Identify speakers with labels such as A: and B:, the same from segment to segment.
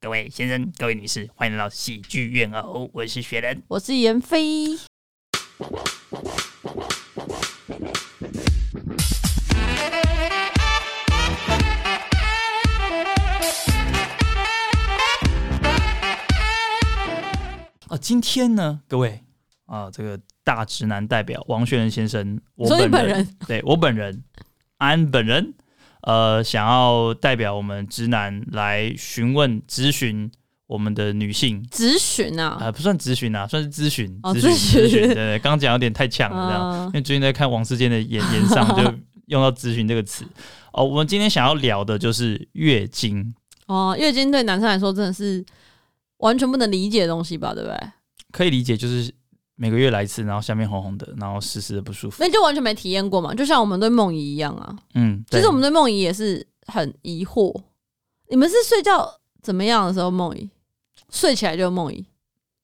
A: 各位先生、各位女士，欢迎来到喜剧院偶，我是雪人。
B: 我是妍飞。
A: 哦，今天呢，各位啊，这个大直男代表王学仁先生，我
B: 所
A: 本
B: 以你本人
A: 对我本人，安本人，呃，想要代表我们直男来询问、咨询我们的女性，
B: 咨询啊，
A: 呃，不算咨询啊，算是咨询，
B: 哦
A: 咨询，
B: 咨询
A: 咨询。对对，刚刚讲有点太呛了，这样，
B: 嗯
A: 因为最近在看王世坚的演演上，就用到咨询这个词。哦，我们今天想要聊的就是月经，
B: 哦，月经对男生来说真的是完全不能理解的东西吧，对不对？
A: 可以理解就是每个月来一次，然后下面红红的，然后湿湿的不舒服。
B: 那就完全没体验过嘛，就像我们对梦遗一样啊。
A: 嗯，
B: 其
A: 对
B: 实我们对梦遗也是很疑惑，你们是睡觉怎么样的时候梦遗？睡起来就梦遗，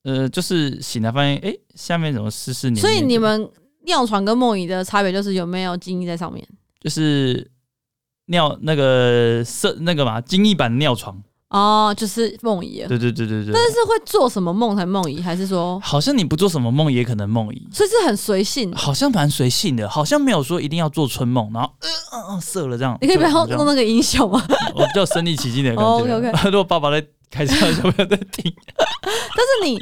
A: 呃，就是醒来发现，哎、下面怎么湿湿黏黏的？
B: 所以你们尿床跟梦遗的差别就是有没有精液在上面
A: 就是尿那个色那个嘛，精益版尿床。
B: 哦，就是梦遗了。
A: 对对对对对。
B: 但是会做什么梦才梦遗，还是说，
A: 好像你不做什么梦也可能梦遗，
B: 所以是很随性的？
A: 好像蛮随性的，好像没有说一定要做春梦，然后呃呃呃射了这样。
B: 你可以不要
A: 就好像
B: 弄那个音效吗？
A: 我比较身临其境的感
B: 哦
A: 觉。
B: ，OK，OK
A: 如果爸爸在开车，小朋友在听，
B: 但是你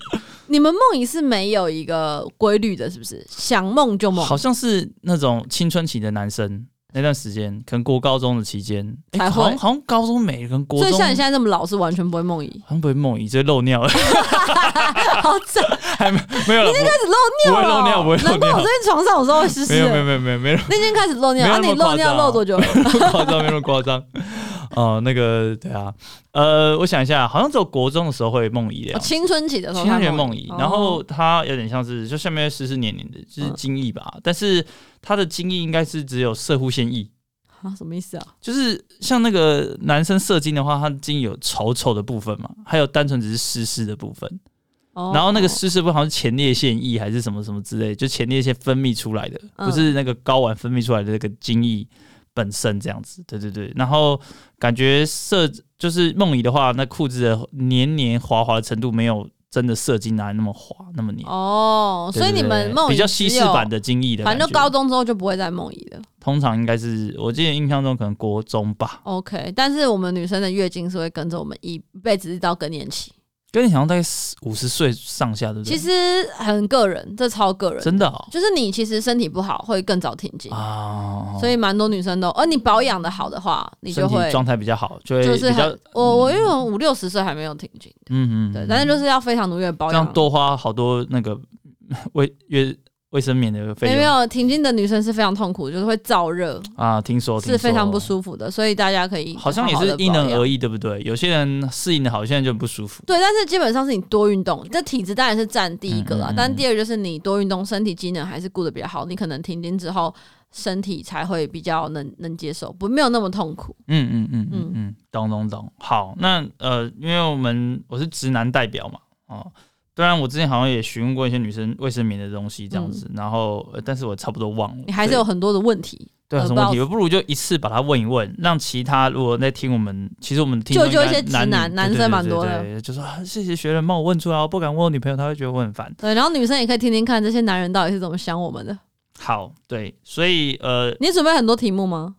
B: 你们梦遗是没有一个规律的，是不是？想梦就梦，
A: 好像是那种青春期的男生那段时间，可能国高中的期间，诶
B: 才会
A: 好像好像高中没，跟国
B: 所以
A: 中。
B: 像你现在这么老，是完全不会梦遗
A: 好像不会梦遗，直接漏尿了，
B: 好惨，开
A: 还没没 有了，
B: 始漏
A: 不
B: 尿了，
A: 会漏尿不会漏尿
B: 难怪我在床上有时候会湿
A: 没
B: 湿
A: 有没有
B: 的。
A: 没有没有没有
B: 那天开始漏尿，
A: 没有那
B: 啊，你
A: 么
B: 漏
A: 夸张啊
B: 尿漏多久？
A: 没有那么夸张，没有那么夸张。 哦，那个对啊，呃，我想一下，好像只有国中的时候会梦遗的
B: 哦
A: 样子。
B: 青春期的时候哦
A: 青春期
B: 才遗，
A: 的梦遗，然后它有点像是就下面湿湿黏黏的，就是
B: 嗯
A: 精液吧，但是它的精液应该是只有射护腺液，
B: 哦啊，什么意思啊？
A: 就是像那个男生射精的话，他的精有稠稠的部分嘛，还有单纯只是湿湿的部分。
B: 哦
A: 然后那个湿湿部分好像是前列腺液还是什么什么之类，就前列腺分泌出来的，
B: 嗯
A: 不是那个睾丸分泌出来的那个精液本身这样子。对对对，然后感觉射就是梦里的话，那裤子的呃黏黏滑滑的程度没有真的射精来那么滑那么黏。
B: 哦，
A: 对
B: 所以你
A: 对
B: 们
A: 对
B: 梦遗
A: 比较西式版
B: 的，
A: 的精液的感
B: 反
A: 觉，
B: 正就高中之后就不会再梦遗了。
A: 通常应该是我记得印象中可能国中吧，
B: OK，但是我们女生的月经是会跟着我们一辈子，直到更年期。
A: 跟你想象大概五十岁上下，对不对？
B: 其实很个人，这超个人的
A: 真的哦
B: 就是你其实身体不好会更早停经，
A: 啊，
B: 所以蛮多女生都，哦而你保养的好的话，你就
A: 身体
B: 会
A: 状态比较好，就会
B: 就是
A: 比较嗯
B: 很我我因为我五六十岁还没有停经，
A: 嗯嗯，
B: 对，
A: 嗯
B: 但是就是要非常努力的保
A: 这
B: 养
A: 样。多花好多那个 卫卫卫生棉的费
B: 没
A: 用
B: 有没有停经的女生是非常痛苦，就是会燥热，
A: 啊，听说
B: 是非常不
A: 服，
B: 舒服的，所以大家可以
A: 好像也
B: 好
A: 是
B: 地
A: 因
B: 保
A: 人
B: 养
A: 而异，对不对？有些人适应的好，有些人就很不舒服。
B: 对，但是基本上是你多运动，这体质当然是占第一个啦，
A: 嗯嗯嗯
B: 但第二个就是你多运动，身体机能还是顾得比较好，你可能停经之后身体才会比较能能接受，不没有那么痛苦。
A: 嗯嗯嗯嗯
B: 嗯
A: 嗯，懂懂懂。好，那呃，因为我们我是直男代表嘛，哦，当然我之前好像也询问过一些女生卫生棉的东西这样子，然后呃但是我差不多忘了，
B: 嗯你还是
A: 对
B: 有很多的问题，
A: 对啊，
B: 呃
A: 什么问
B: 不
A: 题？
B: 知道
A: 我不如就一次把它问一问，让其他如果在听我们，其实我们听
B: 就
A: 众
B: 就
A: 应该
B: 一些直
A: 男女
B: 男
A: 对
B: 男
A: 对对
B: 生蛮
A: 对
B: 多
A: 对就说啊谢谢学人帮我问出来，我不敢问我女朋友，她会觉得我很烦。
B: 对，然后女生也可以听听看这些男人到底是怎么想我们的。
A: 好，对，所以呃，
B: 你准备很多题目吗？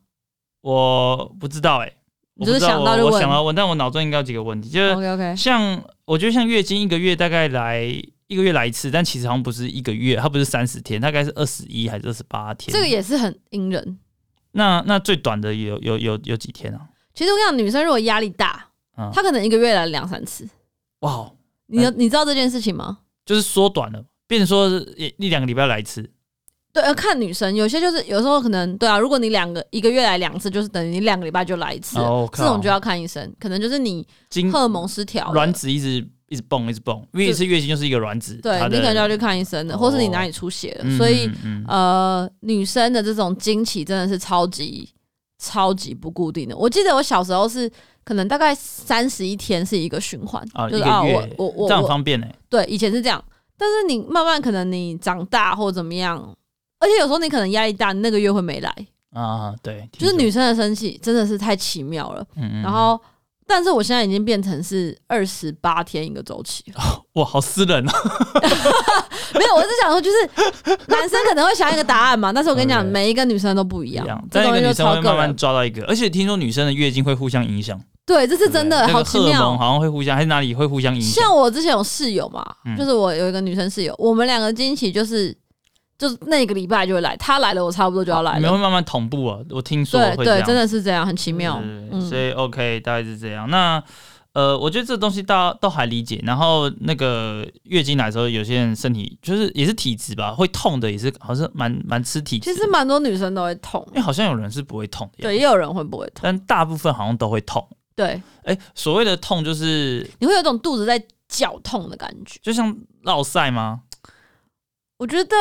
A: 我不知道哎、我不
B: 你就是
A: 知道
B: 想到就
A: 我我
B: 问
A: 想到问，但我脑中应该有几个问题，就是
B: ？OK OK，
A: 像我觉得像月经一个月大概来一个月来一次，但其实好像不是一个月，它不是三十天，大概是二十一还是二十八天。
B: 这个也是很阴人。
A: 那那最短的有有有有几天啊？
B: 其实我跟你讲，女生如果压力大，
A: 嗯
B: 她可能一个月来两三次。
A: 哇哦，
B: 你你知道这件事情吗？
A: 就是缩短了，变成说是一一两个礼拜来一次。
B: 对，要看女生，有些就是有时候可能对啊，如果你两个一个月来两次，就是等于你两个礼拜就来一次了，
A: 哦
B: 这种就要看医生，可能就是你
A: 经
B: 荷尔蒙失调了，
A: 卵子一直一直蹦一直蹦，因为一次月经就是一个卵子，
B: 对
A: 它
B: 你
A: 的
B: 可能就要去看医生了，或是你
A: 哦
B: 哪里出血了，
A: 嗯
B: 所以
A: 嗯嗯
B: 呃，女生的这种经期真的是超级超级不固定的。我记得我小时候是可能大概三十一天是一个循环，
A: 啊
B: 就是
A: 一个
B: 啊，
A: 月
B: 我我我
A: 这样很
B: 我
A: 方便哎，
B: 对以前是这样，但是你慢慢可能你长大或怎么样，而且有时候你可能压力大，你那个月会没来，
A: 啊对，
B: 就是
A: 听说
B: 女生的生气真的是太奇妙了。
A: 嗯嗯嗯
B: 然后，但是我现在已经变成是二十八天一个周期 了，
A: 哇，好私人啊！
B: 没有，我是想说，就是 男生可能会想一个答案嘛，但是我跟你讲，
A: 对
B: 每一个女生都不一
A: 一
B: 样
A: 样，，
B: 这
A: 但一
B: 东
A: 个
B: 西就
A: 女生
B: 超
A: 会慢
B: 个
A: 慢
B: 人。
A: 抓到一个，而且听说女生的月经会互相影响，
B: 对，这是真的，
A: 对
B: 好
A: 不对
B: 奇
A: 那个荷尔
B: 妙
A: 蒙。好像会互相，还是哪里会互相影响？
B: 像我之前有室友嘛，
A: 嗯
B: 就是我有一个女生室友，我们两个经期就是就是那个礼拜就会来，她来了我差不多就要来
A: 你们
B: 了。
A: 会慢慢同步啊，我听说
B: 对
A: 会这
B: 对，
A: 样，
B: 真的是这样，很奇妙。
A: 对对对
B: 嗯
A: 所以 OK，大概是这样。那呃，我觉得这东西大家都还理解。然后那个月经来的时候，有些人身体就是也是体质吧，会痛的也是，好像蛮蛮吃体质
B: 其
A: 的。
B: 实蛮多女生都会痛
A: 因，为好像有人是不会痛的，
B: 对，，也有人会不会痛，
A: 但大部分好像都会痛。
B: 对，
A: 哎，所谓的痛就是
B: 你会有种肚子在绞痛的感觉。
A: 就像落晒吗？
B: 我觉得，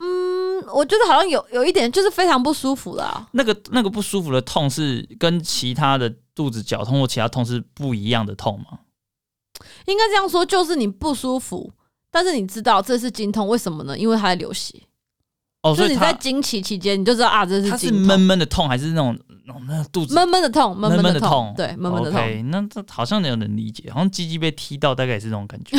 B: 嗯，我觉得好像有有一点就是非常不舒服啦。
A: 那个那个不舒服的痛是跟其他的肚子绞痛或其他痛是不一样的痛吗？
B: 应该这样说，就是你不舒服，但是你知道这是经痛，为什么呢？因为它在流血，
A: 哦，
B: 就
A: 所
B: 是
A: 以
B: 你
A: 它
B: 在经期期间，你就知道啊，这是
A: 它是
B: 经
A: 闷
B: 痛，
A: 闷的痛，还是那种那种那肚子
B: 闷闷的痛，闷
A: 闷
B: 的
A: 的痛
B: 对，闷闷的痛。
A: OK，那这好像有能理解，好像鸡鸡被踢到，大概也是这种感 觉。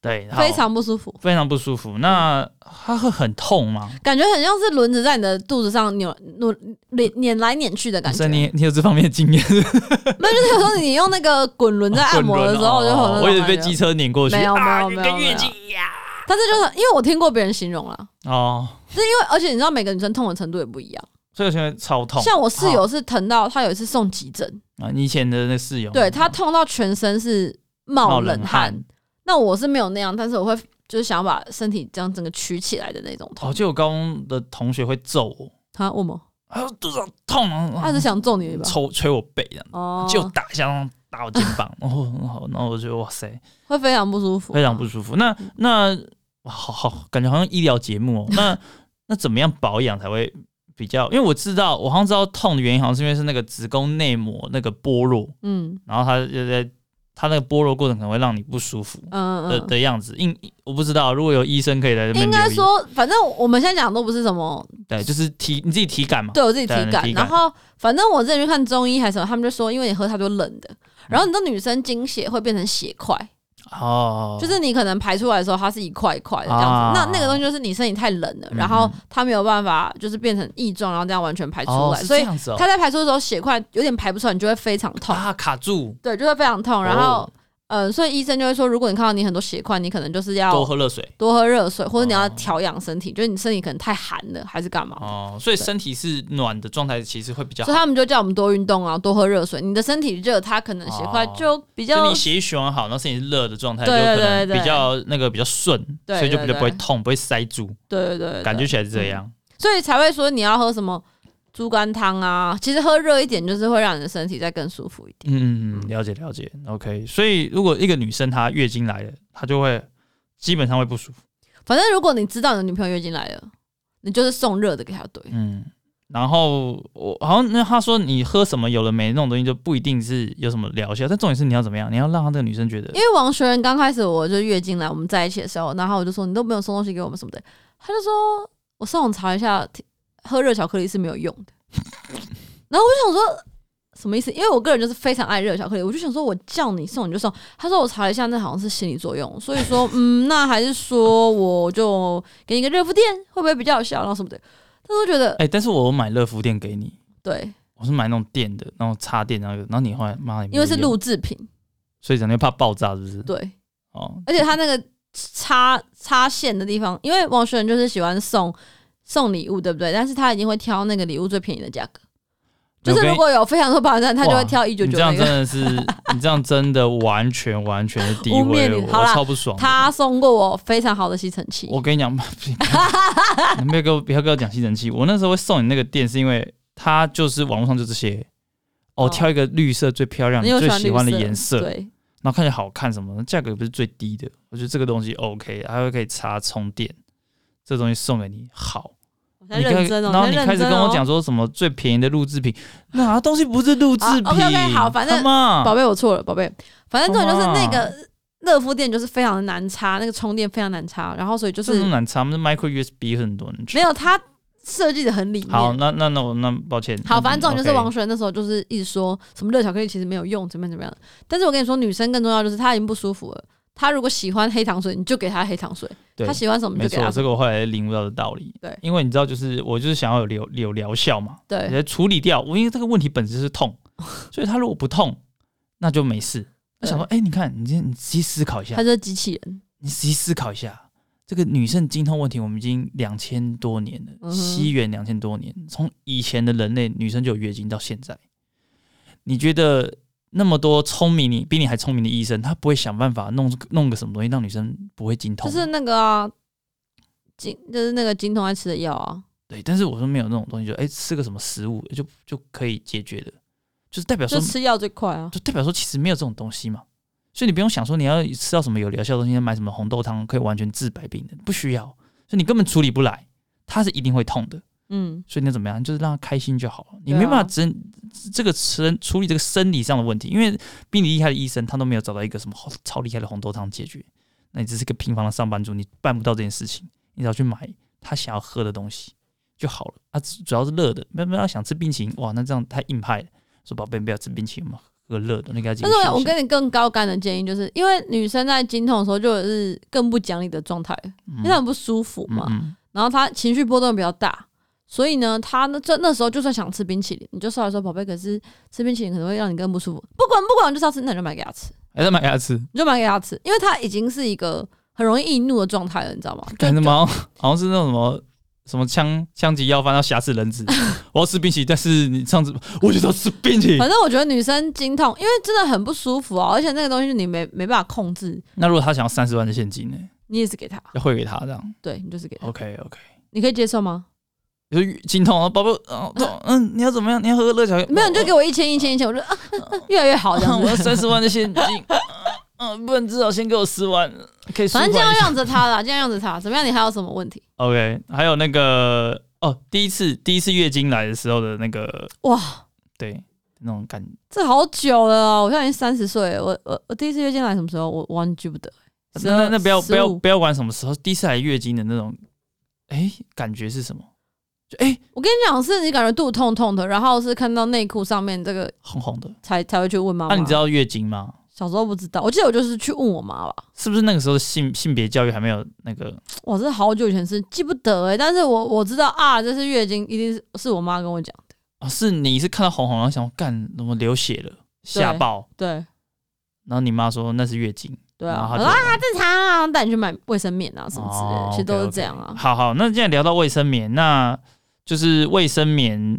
A: 对，好
B: 非常不舒服，
A: 非常不舒服。那它会很痛吗？
B: 感觉很像是轮子在你的肚子上扭扭碾碾来碾去的感觉。
A: 所以你你有这方面的经验？
B: 没有，就是有时候你用那个滚轮在按摩 的时候，就
A: 滚轮哦
B: 很
A: 我以为被机车碾过去。
B: 没有没
A: 啊
B: 有没有
A: 跟
B: 没
A: 月
B: 有
A: 经一样。
B: 但是就是因为我听过别人形容啦，
A: 哦，
B: 就是因为而且你知道每个女生痛的程度也不一样，
A: 所以我现在超痛。
B: 像我室友是疼到她有一次送急诊，
A: 啊，你以前的那室友，
B: 对她痛到全身是冒冷
A: 哦冷
B: 汗。。那我是没有那样，但是我会就是想要把身体这样整个曲起来的那种痛。
A: 哦，就我高中的同学会揍我，
B: 啊，我吗？
A: 他说肚子好痛啊，
B: 他是想揍你吧？
A: 抽捶我背这样，
B: 哦，
A: 就打一下，然后打我肩膀，哦，好，然后我就哇塞，
B: 会非常不舒服，
A: 非常不舒服。那
B: 嗯
A: 那哇好好，感觉好像医疗节目哦。 那那怎么样保养才会比较？因为我知道，我好像知道痛的原因，好像是因为是那个子宫内膜那个剥落，
B: 嗯
A: 然后它就在它那个剥落过程可能会让你不舒服
B: 嗯
A: 的、
B: 嗯嗯。
A: 的样子。应我不知道，如果有医生可以来这边
B: 应该
A: 留意，
B: 说，反正我们现在讲的都不是什么
A: 对，就是体你自己体感嘛。
B: 对我自己体
A: 对
B: 感
A: 体。
B: 然
A: 感
B: 后反正我之前去看中医还是什么，他们就说，因为你喝太多冷
A: 嗯
B: 的，然后你知道女生经血会变成血块，
A: 哦，
B: 就是你可能排出来的时候，它是一块一块的这样子。
A: 啊
B: 那那个东西就是你身体太冷了，
A: 嗯
B: 然后它没有办法就是变成异状，然后这样完全排出来，
A: 哦，是
B: 所
A: 这
B: 以
A: 样子哦
B: 它在排出的时候血块有点排不出来，你就会非常痛，
A: 啊卡住，
B: 对，就会非常痛。然后、
A: 哦
B: 呃，所以医生就会说，如果你看到你很多血块，你可能就是要
A: 多喝热水
B: 多喝热水，或者你要
A: 哦
B: 调养身体，就是你身体可能太寒了，还是干嘛的
A: 哦，所以身体是暖的状态，其实会比较好
B: 所以。他们就叫我们多运动啊，多喝热水。你的身体热，它可能血块
A: 哦
B: 就比较、
A: 就你血液循环好，然后身体是热的状态，就
B: 对
A: 可
B: 对
A: 能
B: 对
A: 比较那个比较顺，
B: 对
A: 所以就比
B: 对
A: 较
B: 对
A: 不会痛，不会塞住，
B: 对对对对
A: 感觉起来是这样。
B: 所以才会说你要喝什么猪肝汤啊。其实喝热一点，就是会让你的身体再更舒服一点。
A: 嗯，嗯嗯了解了解。OK，所以如果一个女生她月经来了，她就会基本上会不舒服，
B: 反正如果你知道你的女朋友月经来了，你就是送热的给她兑。
A: 嗯。然后我好像那她说你喝什么有了没那种东西就不一定是有什么疗效，但重点是你要怎么样，你要让她这个女生觉得
B: 因为王学仁刚开始我就月经来，我们在一起的时候，然后我就说你都没有送东西给我们什么的，他就说我上网查一下，喝热巧克力是没有用的。 然后我就想说什么意思？因为我个人就是非常爱热巧克力，我就想说我叫你送你就送。他说我查了一下，那好像是心理作用，所以说嗯，那还是说我就给你一个热敷垫，会不会比较有效？然后什么的，他都觉得
A: 哎、但是我买热敷垫给你，
B: 对，我
A: 我是买那种电的，然后插电那个，然后你后来妈也没
B: 因为是
A: 有用
B: 录制品，
A: 所以讲就怕爆炸是不是？
B: 对，
A: 哦，
B: 而且他那个插插线的地方，因为王学仁就是喜欢送送礼物，对不对？但是他一定会挑那个礼物最便宜的价格，就
A: 我
B: 是
A: 跟
B: 如
A: 你
B: 果有非常多保障，他就
A: 哇
B: 会挑一九
A: 你
B: 九
A: 这样
B: 那
A: 真
B: 个。
A: 的是， 你这样真的完全完全的诋
B: 污蔑
A: 毁
B: 你
A: 我，
B: 好
A: 我
B: 啦
A: 超不爽的。
B: 他送过我非常好的吸尘器，
A: 我跟你讲， 你不要跟我不要跟我讲吸尘器。我那时候会送你那个店，是因为它就是网络上就这些。哦，
B: 哦
A: 挑一个绿色最漂亮、
B: 因为我
A: 最喜
B: 绿
A: 欢的颜色，
B: 对，
A: 然后看起来好看什么的，价格也不是最低的。我觉得这个东西 OK，还会可以插充电，这东西送给你好。
B: 我在
A: 你开
B: 认
A: 始，
B: 真哦，
A: 然后
B: 我
A: 你
B: 在认
A: 开始
B: 真
A: 跟我
B: 哦
A: 讲，说什么最便宜的录制品，那东西不是录制品。
B: 啊，OK，OK，好反正
A: 他妈
B: 宝贝，我错了，宝贝，反正重点就是那
A: 好
B: 个热敷垫就是非常的难插，那个充电非常难插，然后所以就
A: 这
B: 是
A: 种难插，我们是 micro USB 很多人去
B: 没有他设计的很里面。
A: 好，那那那我那抱歉。
B: 好，反正这种就是王
A: 叔。
B: 雪那时候就是一直说什么热巧克力其实没有用，怎么样怎么样的。但是我跟你说，女生更重要就是她已经不舒服了。她如果喜欢黑糖水，你就给她黑糖水；
A: 对
B: 她喜欢什么
A: 没
B: 你就给
A: 错，
B: 她
A: 这
B: 什么。
A: 个我后来领悟到的道理。
B: 对
A: 因为你知道，就是我就是想要有疗有疗效嘛，
B: 对
A: 来处理掉。我因为这个问题本质是 痛，所以他如果不痛，那就没事。我想说，哎、你看，你今你仔细思考一下
B: 她，就是机器人，
A: 你仔细思考一下，这个女性经痛问题，我们已经两千多年了，
B: 嗯哼
A: 西元两千多年，从以前的人类女生就有月经到现在，你觉得那么多聪明你比你还聪明的医生，他不会想办法弄弄个什么东西让女生不会经痛
B: 就
A: 吗？
B: 是那个啊，经就是那个经痛爱吃的药啊。
A: 对，但是我说没有那种东西，就哎、吃个什么食物就就可以解决的，就是代表说
B: 就吃药最快啊。
A: 就代表说其实没有这种东西嘛，所以你不用想说你要吃到什么有疗效的东西，买什么红豆汤可以完全治百病的，不需要，所以你根本处理不来，它是一定会痛的，
B: 嗯，
A: 所以你要怎么样，就是让它开心就好了，你
B: 对啊
A: 没办法真这个生处理这个生理上的问题，因为比你厉害的医生他都没有找到一个什么好超厉害的红豆汤解决，那你只是个平凡的上班族，你办不到这件事情，你只要去买他想要喝的东西就好了啊，主主要是热的，没有没有想吃冰淇淋，哇，那这样太硬派了，说宝贝不要吃冰淇淋嘛。喝热的，那个要自己
B: 但是
A: 休息
B: 我我跟你更高干的建议就是，因为女生在经痛的时候就是更不讲理的状态，因为她很不舒服嘛，
A: 嗯
B: 然后她情绪波动比较大，所以呢，她那这那时候就算想吃冰淇淋，你就稍微说宝贝，可是吃冰淇淋可能会让你更不舒服，不管不管，就是要吃，那你就买给她吃，
A: 还是哎买牙齿，
B: 你就买给她吃，因为她已经是一个很容易易怒的状态了，你知道吗？就
A: 感觉好像好像是那种什么什么枪枪击要犯到挟持人质，我要吃冰淇淋，但是你上次我就要吃冰淇淋。
B: 反正我觉得女生经痛，因为真的很不舒服啊，而且那个东西是你没没办法控制，
A: 那如果他想要三十万的现金呢？
B: 你也是给她，
A: 要汇给他这样
B: 对你就是给她，
A: ？OK OK。
B: 你可以接受吗？
A: 你说金童，宝贝，哦痛嗯，你要怎么样？你要喝热巧克力？
B: 啊没有，你就给我一千一千一千，我就啊， 越来越好这样
A: 哦我
B: 子。
A: 要三十万的现 金，嗯嗯，不然至少先给我十万，可以舒
B: 反
A: 缓
B: 正
A: 一
B: 这样
A: 下。
B: 让着他啦，这样让着他，怎么样？你还有什么问题？
A: OK，还有那个哦，第一次第一次月经来的时候的那个，
B: 哇，
A: 对，那种感
B: 这好久了哦，我现在已经三十岁了，我我我第一次月经来什么时候？我我完全记不得。
A: 那那那不要
B: 12
A: 不要
B: 15
A: 不要管什么时候，第一次来月经的那种，哎、感觉是什么？就哎、
B: 我跟你讲，是你感觉肚子痛痛的，然后是看到内裤上面这个
A: 红红的。
B: 才才会去问妈
A: 那、
B: 妈。
A: 啊你知道月经吗？
B: 小时候不知道，我记得我就是去问我妈吧。
A: 是不是那个时候性性别教育还没有那个？
B: 哇，这好久以前是记不得哎、但是我我知道啊，这是月经，一定是是我妈跟我讲的。
A: 啊，是你是看到红红，然后想干怎么流血了，吓爆，
B: 对
A: 然后你妈说那是月经，
B: 对
A: 然
B: 啊，
A: 后
B: 我
A: 她就
B: 说啊正常啊，带你去买卫生棉啊什么之类的，
A: 哦
B: 其实都是
A: OK，OK
B: 这样啊。
A: 好好，那既然聊到卫生棉，那就是卫生棉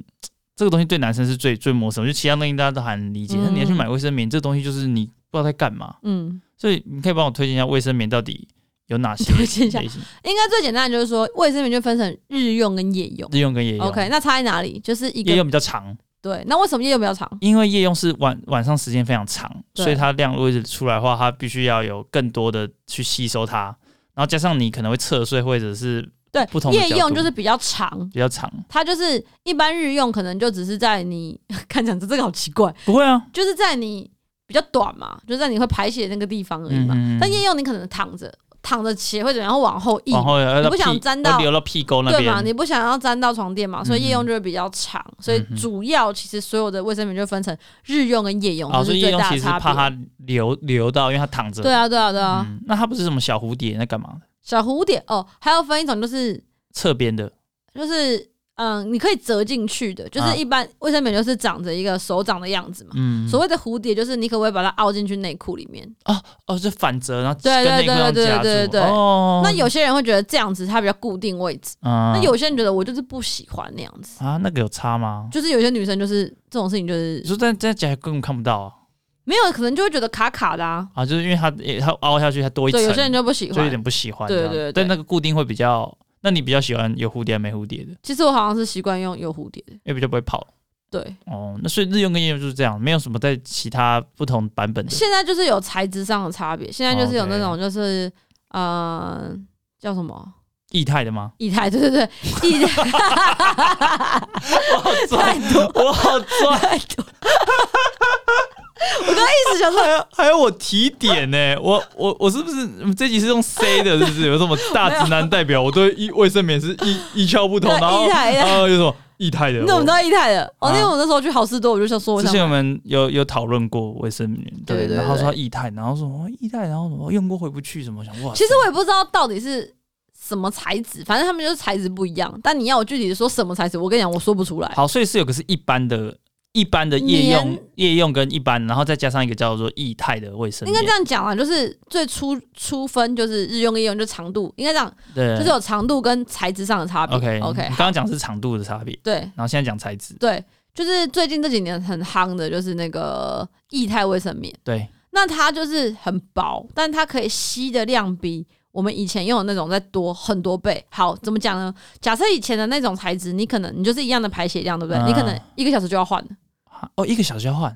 A: 这个东西对男生是最最陌生，就其他东西大家都很理解，那、你要去
B: 嗯
A: 买卫生棉，这个东西就是你不知道在干嘛，
B: 嗯，
A: 所以你可以帮我推荐一下卫生棉到底有哪些
B: 推荐一下
A: 类型
B: 应该最简单的就是说，卫生棉就分成日用跟夜用。
A: 日用跟夜用。
B: OK，那差在哪里？就是一
A: 夜
B: 个
A: 用比较长，
B: 对，那为什么夜用比较长？
A: 因为夜用是晚晚上时间非常长，
B: 对
A: 所以它量如果一直出来的话，它必须要有更多的去吸收它，然后加上你可能会侧睡或者是
B: 对
A: 不同，的角
B: 夜
A: 度
B: 用就是比较长，
A: 比较长。
B: 它就是一般日用可能就只是在你 看讲这这个好奇怪，
A: 不会啊，
B: 就是在你比较短嘛，就是在你会排血那个地方而已嘛。
A: 嗯嗯嗯
B: 但夜用你可能躺着躺着血会怎么样？会往后溢
A: 往，后要
B: 你
A: 到
B: 不想
A: 屁
B: 沾
A: 会
B: 到
A: 流到屁沟那
B: 对嘛？
A: 边，嗯
B: 你不想要沾到床垫嘛，所以夜用就会比较长。所以
A: 嗯哼
B: 主要其实所有的卫生棉就分成日用跟夜用，
A: 啊，
B: 这
A: 所
B: 是
A: 以夜
B: 最
A: 用
B: 大
A: 其
B: 的
A: 实
B: 差
A: 怕它
B: 别。
A: 流流到，因为它躺着。
B: 对啊，对啊，对啊。
A: 嗯，那它不是什么小蝴蝶在干嘛？
B: 小蝴蝶哦，还有分一种就是
A: 侧边的
B: 就是嗯，你可以折进去的，就
A: 啊
B: 是一般卫生棉就是长着一个手掌的样子嘛。
A: 嗯，
B: 所谓的蝴蝶，就是你可不可以把它凹进去内裤里面？
A: 哦，就反折，然后
B: 对
A: 跟内
B: 对
A: 裤这样
B: 对对
A: 夹住
B: 对对对
A: 哦，
B: 那有些人会觉得这样子它比较固定位置，
A: 那
B: 那有些人觉得我就是不喜欢那样子。
A: 啊啊，那个有差吗？
B: 就是有些女生就是这种事情，就是
A: 你说在在夹根本看不到啊，
B: 没有可能就会觉得卡卡的啊。
A: 啊，就是因为它诶它凹下去，它多一层，
B: 对，有些人就不喜
A: 就有
B: 欢。
A: 点不喜欢这
B: 对
A: 样。
B: 对对
A: 但那个固定会比较，那你比较喜欢有蝴蝶还没蝴蝶的，
B: 其实我好像是习惯用有蝴蝶的，
A: 因为比较不会跑。
B: 对。
A: 哦，那所以日用跟夜用就是这样，没有什么在其他不同版本的。
B: 现在就是有材质上的差别，现在就是有那
A: 哦 OK
B: 种就是呃叫什么
A: 液态的吗？
B: 液态，对对对，液态
A: 我好赚，我好赚，
B: 太多，一直想说
A: 还有还有我提点呢、我我我是不是嗯这集是用 C 的，是不是有什么大直男代表？我对一卫生棉是一一窍不通，
B: 对
A: 然后
B: 一态一态
A: 然后有什么异态的？
B: 你怎么知道一台的？哦，
A: 啊
B: 因为我那时候去好事多，我就想说
A: 我
B: 我
A: 之
B: 想
A: 前我们有有讨论过卫生棉，
B: 对对
A: 然后
B: 对
A: 说它液态，然后说哦液态，然后什么用过回不去什么，我想哇塞，
B: 其实我也不知道到底是什么材质，反正他们就是材质不一样。但你要我具体地说什么材质，我跟你讲，我说不出来。
A: 好，所以是有个是一般的。一般的夜用
B: 棉
A: 夜用跟一般，然后再加上一个叫做液态的卫生
B: 应
A: 棉
B: 该，这样讲啊，就是最初初分就是日用、夜用，就长度，应该这样，
A: 对，
B: 就是有长度跟材质上的差别。
A: OK
B: OK，
A: 你刚刚讲是长度的差别，
B: 对
A: 然后现在讲材质，
B: 对，就是最近这几年很夯的，就是那个液态卫生棉。
A: 对，
B: 那它就是很薄，但它可以吸的量比我们以前用的那种再多很多倍。好，怎么讲呢？假设以前的那种材质，你可能你就是一样的排血量，对不对？
A: 嗯
B: 你可能一个小时就要换了。
A: 哦，一个小时要换，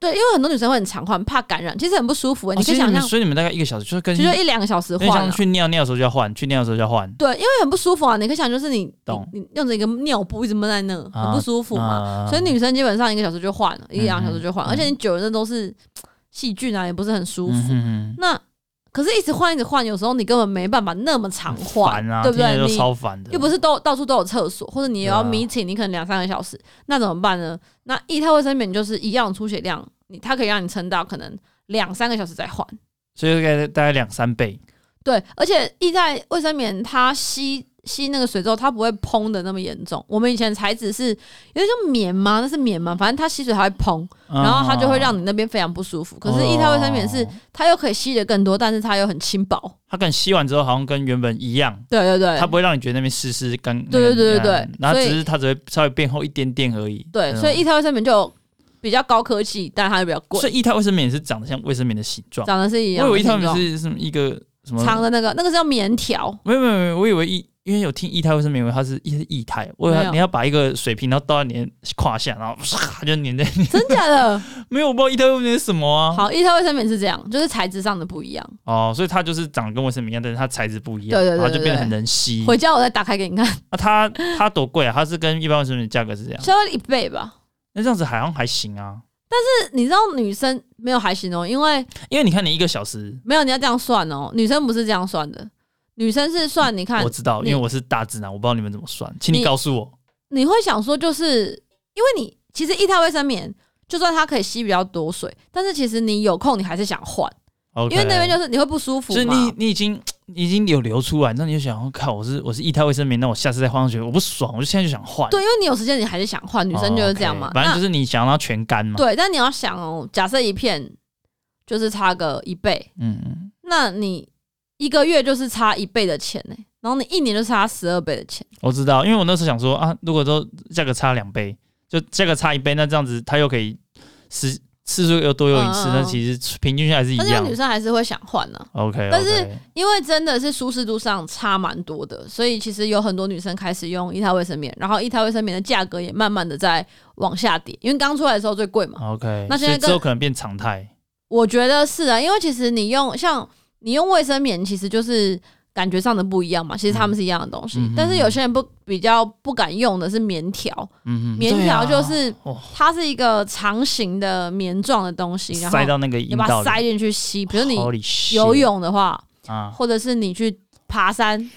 B: 对，因为很多女生会很常换，怕感染，其实很不舒
A: 哦
B: 服、哦你可以想象，
A: 所以你们大概一个小时就是跟
B: 其实就一两个小时
A: 因为
B: 换、
A: 像
B: 啊。
A: 去尿尿的时候就要换，去尿的时候就要换，
B: 对，因为很不舒服啊！你可以想，就是你
A: 懂
B: 你你用着一个尿布一直闷在那，
A: 啊
B: 很不舒服
A: 啊
B: 嘛。所以女生基本上一个小时就换了，一两个小时就换，
A: 嗯
B: 而且你久了那都是细菌啊，也不是很舒服。
A: 嗯哼
B: 那可是，一直换一直换，有时候你根本没办法那么常
A: 哼
B: 换，
A: 烦啊，
B: 对不
A: 听起来
B: 对？
A: 就
B: 你
A: 超烦的，
B: 又不是都到处都有厕所，或者你也要
A: 对啊
B: meeting，、你可能两三个小时，那怎么办呢？那液态卫生棉就是一样的出血量，你它可以让你撑到可能两三个小时再换。
A: 所以大概大概两三倍，
B: 对，而且液态卫生棉它吸吸那个水之后，它不会嘭的那么严重。我们以前材质是有点像棉吗？那是棉吗？反正它吸水它会嘭，
A: 嗯啊
B: 然后它就会让
A: 你。
B: 你那边非常不舒服。可是液态卫生棉是
A: 哦
B: 它又可以吸的更多，但是它又很轻薄。
A: 它跟吸完之后好像跟原本一样，
B: 对对对，
A: 它不会让你觉得那边湿湿干。
B: 对对
A: 那
B: 对
A: 个
B: 对对
A: 然后
B: 所以
A: 只是它只会稍微变厚一点点而已。
B: 对，所以
A: 一
B: 一条卫生棉就有比较高科技，但它就比较贵
A: 所，以一套卫生棉是长得像卫生棉的形状，
B: 长得是一样
A: 我以为一
B: 的形
A: 套
B: 状。
A: 棉是什么一个什么
B: 长的那个，那个是叫棉条，
A: 没有没有没有，我以为一，因为有听液态卫生棉，以为它是一是液态，我以
B: 没
A: 为
B: 有
A: 你要把一个水瓶，然后倒在你的胯下，然后唰就粘在你。
B: 真假 的？
A: 没有，我不知道液态卫生棉是什么啊。
B: 好，一条卫生棉是这样，就是材质上的不一样。
A: 哦，所以它就是长得跟卫生棉一样，但是它材质不一样，
B: 对对对
A: 然后就变
B: 对
A: 得
B: 对
A: 很能吸。
B: 回家我再打开给你看，
A: 啊，它它多贵啊？它是跟一般卫生棉价格是这样。
B: 稍微一倍吧。
A: 那这样子好像还行啊，
B: 是你知道女生没有还行哦，因为
A: 因为你看你一个小时，
B: 没有你要这样算哦，女生不是这样算的，女生是算你看
A: 我知道，因
B: 你
A: 为我是大直男，我不知道你们怎么算，请你
B: 你
A: 告诉我。
B: 你会想说，就是因为你其实一条卫生棉，就算它可以吸比较多水，但是其实你有空你还是想换，
A: OK，
B: 因为那边就是你会不舒服
A: 就是
B: 嘛。
A: 你你已经你已经有流出来，那你就想，我靠，我是我是液态卫生棉，那我下次再换上去，我不爽，我就现在就想换。
B: 对，因为你有时间，你还是想换，女生就是这样嘛。
A: 哦，OK，反正就是是你想要全干嘛。
B: 对，但你要想哦，假设一片就是差个一倍，
A: 嗯，嗯，
B: 那你一个月就是差一倍的钱呢、然后你一年就差十二倍的钱。
A: 我知道，因为我那时候想说啊，如果都价格差两倍，就价格差一倍，那这样子它又可以次次数又多用一次，
B: 嗯嗯嗯
A: 那其实平均下来是一
B: 但是
A: 样
B: 女。生还是会想换呢、
A: OK，
B: 但是因为真的是舒适度上差蛮多的，所以其实有很多女生开始用一套卫生棉，然后一套卫生棉的价格也慢慢的在往下跌，因为刚出来的时候最贵嘛。
A: OK，
B: 那现在
A: 所以
B: 跟
A: 之后可能变常态。
B: 我觉得是啊，因为其实你用像你用卫生棉，其实就是感觉上的不一样嘛，其实他们是一样的东西，
A: 嗯
B: 但是有些人不比较不敢用的是棉条，
A: 嗯嗯，
B: 棉条
A: 对啊
B: 就是
A: 哦
B: 它是一个长形的棉状的东西，然后
A: 塞到那个
B: 你
A: 阴
B: 哦把
A: 道
B: 它
A: 里，
B: 塞进去吸，比如你
A: Holy shit
B: 游泳的话，
A: 啊
B: 或者是你去爬山。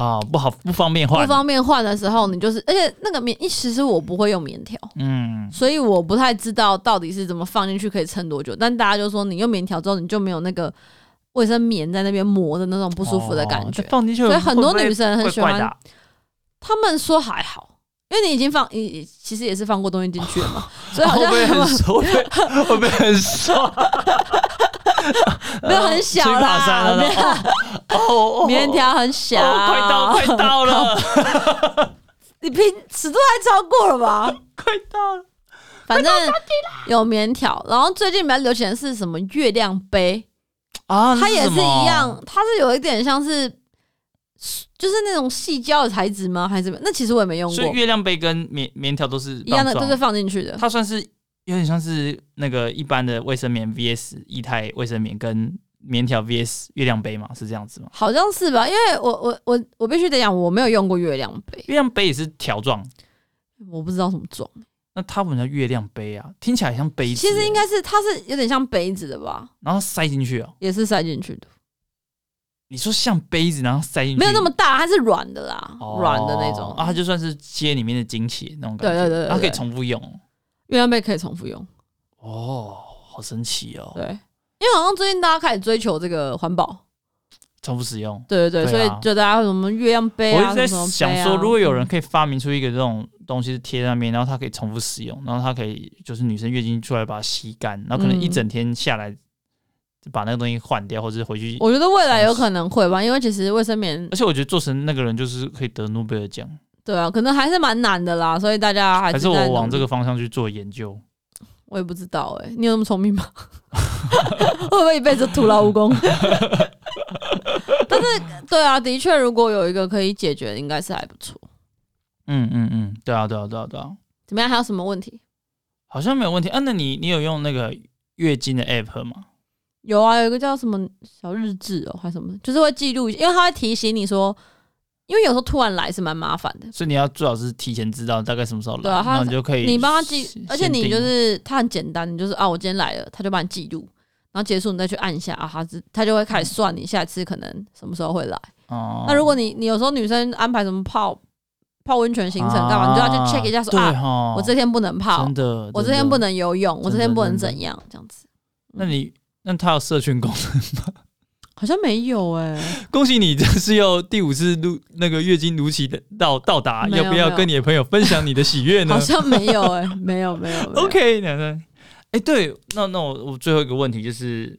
A: 啊，不好不方便
B: 不
A: 换。
B: 方便换的时候，你就是，而且那个棉，其实我不会用棉条，
A: 嗯，
B: 所以我不太知道到底是怎么放进去可以撑多久。但大家就说，你用棉条之后，你就没有那个卫生棉在那边磨的那种不
A: 不
B: 舒服的感觉。
A: 哦放进去
B: 所
A: 会
B: 以
A: 不会，
B: 很多女生很喜
A: 怪怪的
B: 欢，
A: 啊
B: 他们说还好，因为你已经放，你其实也是放过东西进去了嘛，所以好
A: 会不
B: 像
A: 会哦很熟？会不会会不会很熟？ 哦
B: 没有很小
A: 出去爬山
B: 啦，
A: 了
B: 没有
A: 哦哦，哦
B: 棉条很小，啊
A: 哦，快到快到了，
B: 你平尺度还超过了吧？
A: 快到了。
B: 反正有棉条，然后最近比较流行的是什么月亮杯，
A: 啊，那
B: 它也
A: 什
B: 是
A: 么
B: 一样，它是有一点像是就是那种细胶的材质吗？还是怎么样？那其实我也没用
A: 所以
B: 过，
A: 月亮杯跟棉棉条都是
B: 一样的
A: 棒
B: 都
A: 状
B: 是放进去的。
A: 它算是有点像是那个一般的卫生棉 VS 液态卫生棉跟棉条 VS 月亮杯嘛，是这样子吗？
B: 好像是吧，因为我我我我必须得讲，我没有用过月亮杯，
A: 月亮杯也是条状，
B: 我不知道什么状。
A: 那他们叫月亮杯啊，听起来像杯子
B: 其
A: 欸、
B: 实应该是它是有点像杯子的吧，
A: 然后塞进去哦、
B: 也是塞进去的，
A: 你说像杯子，然后塞进去，
B: 没有那么大，它是软的啦，
A: 哦
B: 软、的那种
A: 啊，它就算是接里面的惊喜那种感觉，
B: 对对对对对
A: 它可以重复用。
B: 月亮杯可以重复用，
A: 哦，好神奇哦，
B: 对，因为好像最近大家开始追求这个环保，
A: 重复使用。
B: 对对对，
A: 对啊
B: 所以就大家会什么月亮杯
A: 我一
B: 啊，
A: 直在
B: 什么什么
A: 想
B: 杯啊
A: 说，如果有人可以发明出一个这种东西是贴在那边，然后它可以重复使用，然后它可以就是女生月经出来把它吸干，然后可能
B: 嗯
A: 一整天下来就把那个东西换掉，或者是回去。
B: 我觉得未来有可能会吧，因为其实卫生棉
A: 而，且我觉得做成那个人就是可以得诺贝尔奖，
B: 对啊，可能还是蛮难的啦，所以大家还
A: 还
B: 是
A: 是
B: 在
A: 我
B: 努
A: 往
B: 力
A: 这个方向去做研究？
B: 我也不知道哎、你有那么聪明吗？ 会不会一辈子徒劳无功？但是，对啊，的确，如果有一个可以解决，应该是还不错。
A: 嗯嗯嗯，对啊对啊对啊对啊，
B: 怎么样？还有什么问题？
A: 好像没有问题。啊，那你你有用那个月经的 app 吗？
B: 有啊，有一个叫什么小日志哦，还是什么，就是会记录，因为它会提醒你说，因为有时候突然来是蛮麻烦的，
A: 所以你要最好是提前知道大概什么时候来，
B: 对啊它
A: 然后你就可以
B: 你帮他记
A: 先，
B: 而且你
A: 定
B: 就是它很简单，你就是啊，我今天来了，他就帮你记录，然后结束你再去按一下啊，它是它就会开始算你下次可能什么时候会来。
A: 嗯哦。
B: 那如果你你有时候女生安排什么泡泡温泉行程干嘛，
A: 啊
B: 你就要去 check 一下说
A: 对
B: 啊，
A: 哦
B: 我这天不能泡
A: 真，的，
B: 我这
A: 真
B: 天
A: 的
B: 不。能游泳，我
A: 真
B: 这
A: 的
B: 天不能
A: 真的
B: 怎样这样子。
A: 那你那它有社群功能，
B: 好像没有哎、
A: 恭喜你，这是要第五次如那个月经如期的到到达，
B: 没
A: 要
B: 有
A: 不
B: 没
A: 要
B: 有
A: 跟你的朋友分享你的喜悦呢
B: 好像没有哎、没有没有。没有
A: ？OK，奶奶。哎，对，那那我我最后一个问题就是，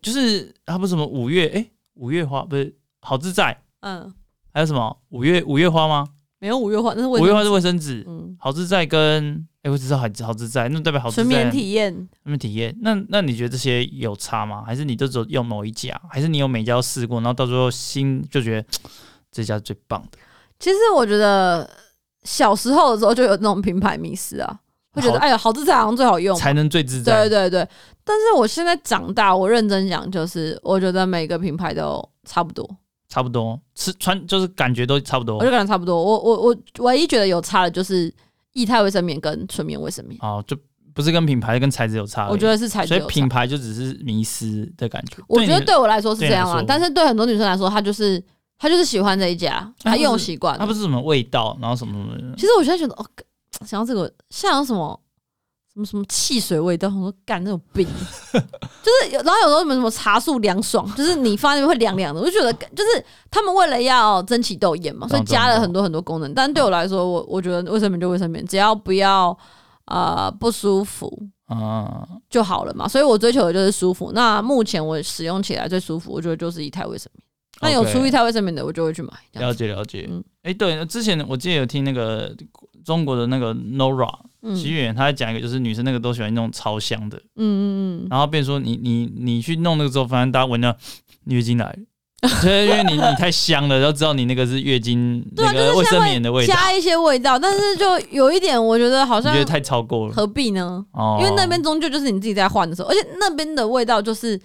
A: 就是它不是什么五月哎五月花不是好自在，
B: 嗯，
A: 还有什么五月五月花吗？
B: 没有五月花，那是
A: 五月
B: 花，
A: 花是卫生纸，
B: 嗯，
A: 好自在跟哎、我只知道好好自在，那代表好自
B: 纯
A: 在啊
B: 棉体验。
A: 那么体验。那那你觉得这些有差吗？还是你都只有用某一家？还是你有每家都试过，然后到最后心就觉得嘖这家是最棒的？
B: 其实我觉得小时候的时候就有那种品牌迷失啊，会觉得
A: 好
B: 哎呀，好自在好像最好用，
A: 才能最自在。
B: 对对对。但是我现在长大，我认真讲，就是我觉得每个品牌都差不多。
A: 差不多吃穿就是感觉都差不多
B: 我就。感觉差不多。我我我唯一觉得有差的就是液态卫生棉跟纯棉卫生棉，
A: 哦，就不是跟品牌跟材质有差而已。
B: 我觉得是材质
A: 啊所
B: 有
A: 以
B: 差
A: 品牌就只是迷失的感觉。
B: 我觉得
A: 你的，
B: 对我来说是
A: 对你
B: 这
A: 来
B: 样啊
A: 说，
B: 但是对很多女生来说，她就是她就是喜欢这一家，
A: 那
B: 她
A: 不是
B: 用习惯
A: 它
B: 了
A: 不。是什么味道，然后什么什么的。
B: 其实我现在觉得，哦，干想到这个，像有什么什么什么汽水味道，我说干那种病，就是有，然后有时候什么什么茶树凉爽，就是你放在那边会凉凉的，我就觉得干就是他们为了要争奇斗艳嘛，所以
A: 懂懂
B: 加了
A: 懂
B: 很多很多功能。但对我来说，我我觉得卫生棉就卫生棉，只要不要呃不舒服
A: 嗯，
B: 就好了嘛。所以我追求的就是舒服。那目前我使用起来最舒服，我觉得就是一泰卫生棉。那有
A: OK
B: 出一泰卫生棉的，我就会去买。这样
A: 了
B: 子，
A: 解了解。哎、
B: 嗯
A: 对，之前我记得有听那个中国的那个 Nora
B: 嗯
A: 徐远，他在讲一个，就是女生那个都喜欢用超香的，
B: 嗯嗯嗯，
A: 然后变说你你你去弄那个之后，反正大家闻到你月经来了，对，因为你你太香了，然后知道你那个是月经
B: 对
A: 那
B: 啊，
A: 个
B: 就
A: 卫
B: 是现
A: 生
B: 在
A: 棉的
B: 会
A: 味道，
B: 加一些味道，但是就有一点，我觉得好
A: 你
B: 像
A: 觉得太超过了
B: 何必呢？
A: 哦，
B: 因为那边终究就是你自己在换的时候，而且那边的味道就是，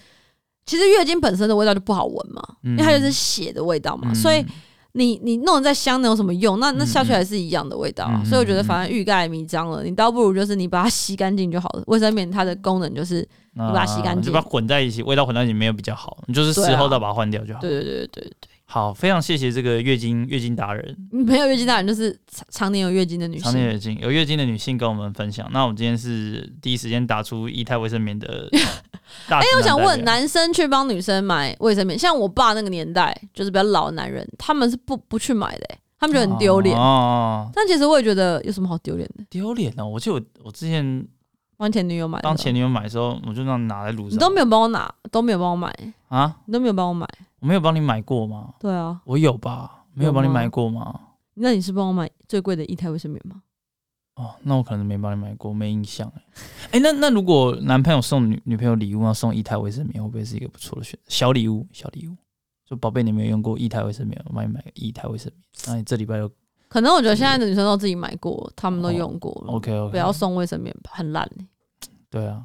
B: 其实月经本身的味道就不好闻嘛，
A: 嗯
B: 因为它就是血的味道嘛，
A: 嗯
B: 所以你你弄得再香能有什么用？那那
A: 嗯
B: 下去还是一样的味道啊。
A: 嗯
B: 所以我觉得
A: 嗯
B: 反正欲盖弥彰了，你倒不如就是你把它洗干净就好了。卫生棉它的功能就是，
A: 你
B: 把它洗干净
A: 就把它混在一起，味道混在一起没有比较好，你就是
B: 对啊
A: 事后再把它换掉就好。
B: 对对对对对，
A: 好，非常谢谢这个月经月经达人，
B: 你没有月经大人就是常常年有月经的女
A: 常年
B: 性。
A: 月经有月经的女性跟我们分享。那我们今天是第一时间打出液态卫生棉 的大直男代表，哎
B: 我想问，男生去帮女生买卫生棉，像我爸那个年代，就是比较老的男人，他们是不不去买的、欸他们觉得很丢脸。
A: 哦，
B: 但其实我也觉得有什么好丢脸的，
A: 丢脸哦！我记得我我之前
B: 帮前女友买的，
A: 当前女友买的时候，我就那样拿在路上，
B: 哎你都没有帮我拿，都没有帮我买，
A: 啊？
B: 你都没有帮我买。
A: 我没有帮你买过吗？
B: 对啊，
A: 我有吧？没有帮你买过吗？
B: 那你是帮我买最贵的一台卫生棉吗？
A: 哦，那我可能没帮你买过，没印象哎。哎、那那如果男朋友送女女朋友礼物，要送一台卫生棉，会不会是一个不错的选择？小礼物，小礼物。就宝贝，你没有用过一台卫生棉，我帮你买个一台卫生棉。那你这礼拜就
B: 可能我觉得现在的女生都自己买过，她
A: 哦
B: 们都用过了。
A: OK OK。
B: 不要送卫生棉吧，很烂、欸。
A: 对啊，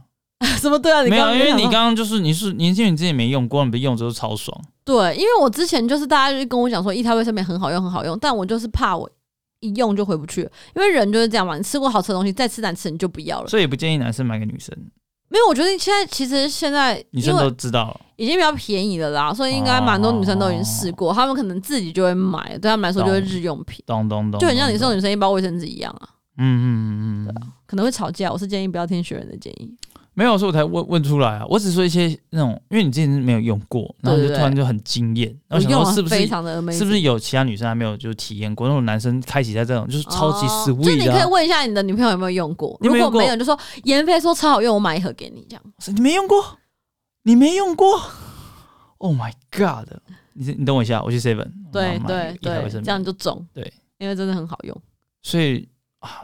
B: 什么对啊？你
A: 没
B: 刚
A: 有，因
B: 刚
A: 为
B: 讲
A: 你
B: 到
A: 刚刚就是你是年轻人，你之前没用过，你不用的时候超爽。
B: 对，因为我之前就是大家就是跟我讲说，一台卫生棉很好用，很好用，但我就是怕我一用就回不去了，因为人就是这样嘛，你吃过好吃的东西，再吃难吃你就不要了。
A: 所以也不建议男生买给女生，
B: 没有，我觉得现在其实现在
A: 女
B: 因
A: 生
B: 为
A: 都知道了。
B: 已经比较便宜了啦，所以应该蛮多女生都已经试过，她们可能自己就会买，对她们来说就是日用品，
A: 咚咚咚，
B: 就很像你
A: 咚
B: 送
A: 咚
B: 女生一包卫生纸一样啊，
A: 嗯嗯嗯嗯嗯，
B: 可能会吵架。我是建议不要听学人的建议，
A: 没有，所以我才问问出来啊。我只说一些那种，因为你之前没有用过，然后就
B: 对对
A: 突然就很惊艳，然
B: 我
A: 后想
B: 用
A: 说
B: 了
A: 是不是
B: 非常的 amazing
A: 是不是有其他女生还没有就体验过？那种男生开启在这种就是超级
B: 哦就
A: sweet
B: 你
A: 的
B: 可
A: 啊、
B: 以问一下你的女朋友有没有用过，
A: 你有
B: 如
A: 没有
B: 果
A: 用过
B: 没有，就说妍飞说超好用，我买一盒给你这样。
A: 你没用过，你没用过，Oh my God！你你等我一下，我去 seven，
B: 对对对，这样就中。
A: 对，
B: 因为真的很好用。
A: 所以啊，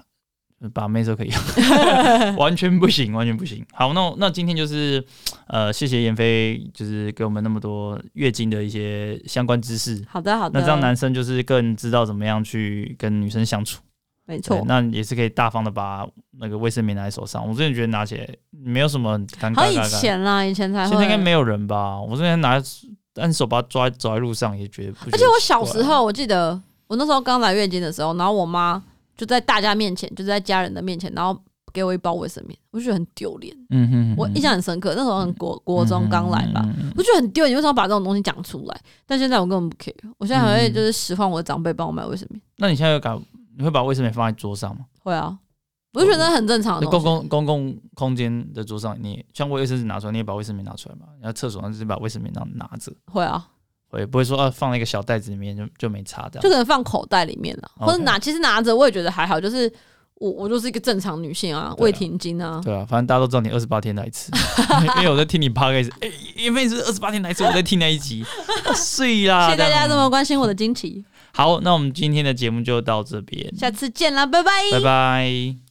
A: 把妹都可以， 完全不行，完全不行。好，那我那今天就是呃，谢谢妍飞，就是给我们那么多月经的一些相关知识。
B: 好的好的，
A: 那这样男生就是更知道怎么样去跟女生相处，
B: 没错
A: 对，。那也是可以大方的把那个卫生棉拿在手上。我真的觉得拿起来没有什么很尴
B: 好
A: 尬，
B: 像以
A: 尴尬
B: 前啦，以前才会。
A: 现在应该没有人吧？我之前拿单手把它抓走在路上也觉得不觉得奇怪，
B: 而且我小时候，我记得我那时候刚来月经的时候，然后我妈就在大家面前，就在家人的面前，然后给我一包卫生棉，我就觉得很丢脸，
A: 嗯哼，嗯哼
B: 我印象很深刻。那时候很国国中刚来吧，，
A: 嗯嗯嗯嗯
B: 我觉得很丢脸，为什么要把这种东西讲出来？但现在我根本不 care，我现在还会就是使唤我的长辈帮我买卫生棉，
A: 那你现在有搞？你会把卫生棉放在桌上吗？
B: 会啊，我就觉得很正常的
A: 那公
B: 东西。
A: 共公共空间的桌上，你也像卫生纸拿出来，你也把卫生棉拿出来嘛。然后厕所上就是把卫生棉拿拿着，
B: 会啊，
A: 我也不会说啊放在一个小袋子里面就就没擦掉
B: 就。可能放口袋里面了，
A: OK
B: 或者拿，其实拿着我也觉得还好，就是我我就是一个正常女性啊，
A: 对啊
B: 未停经啊，
A: 对啊，反正大家都知道你二十八天来一次， 因为我在听你 p o d c a 哎，因为你是二十八天来一次，我在听那一集，啊睡啦。
B: 谢谢大家
A: 样
B: 这么关心我的经期，
A: 好，那我们今天的节目就到这边，
B: 下次见啦，拜拜。
A: 拜拜。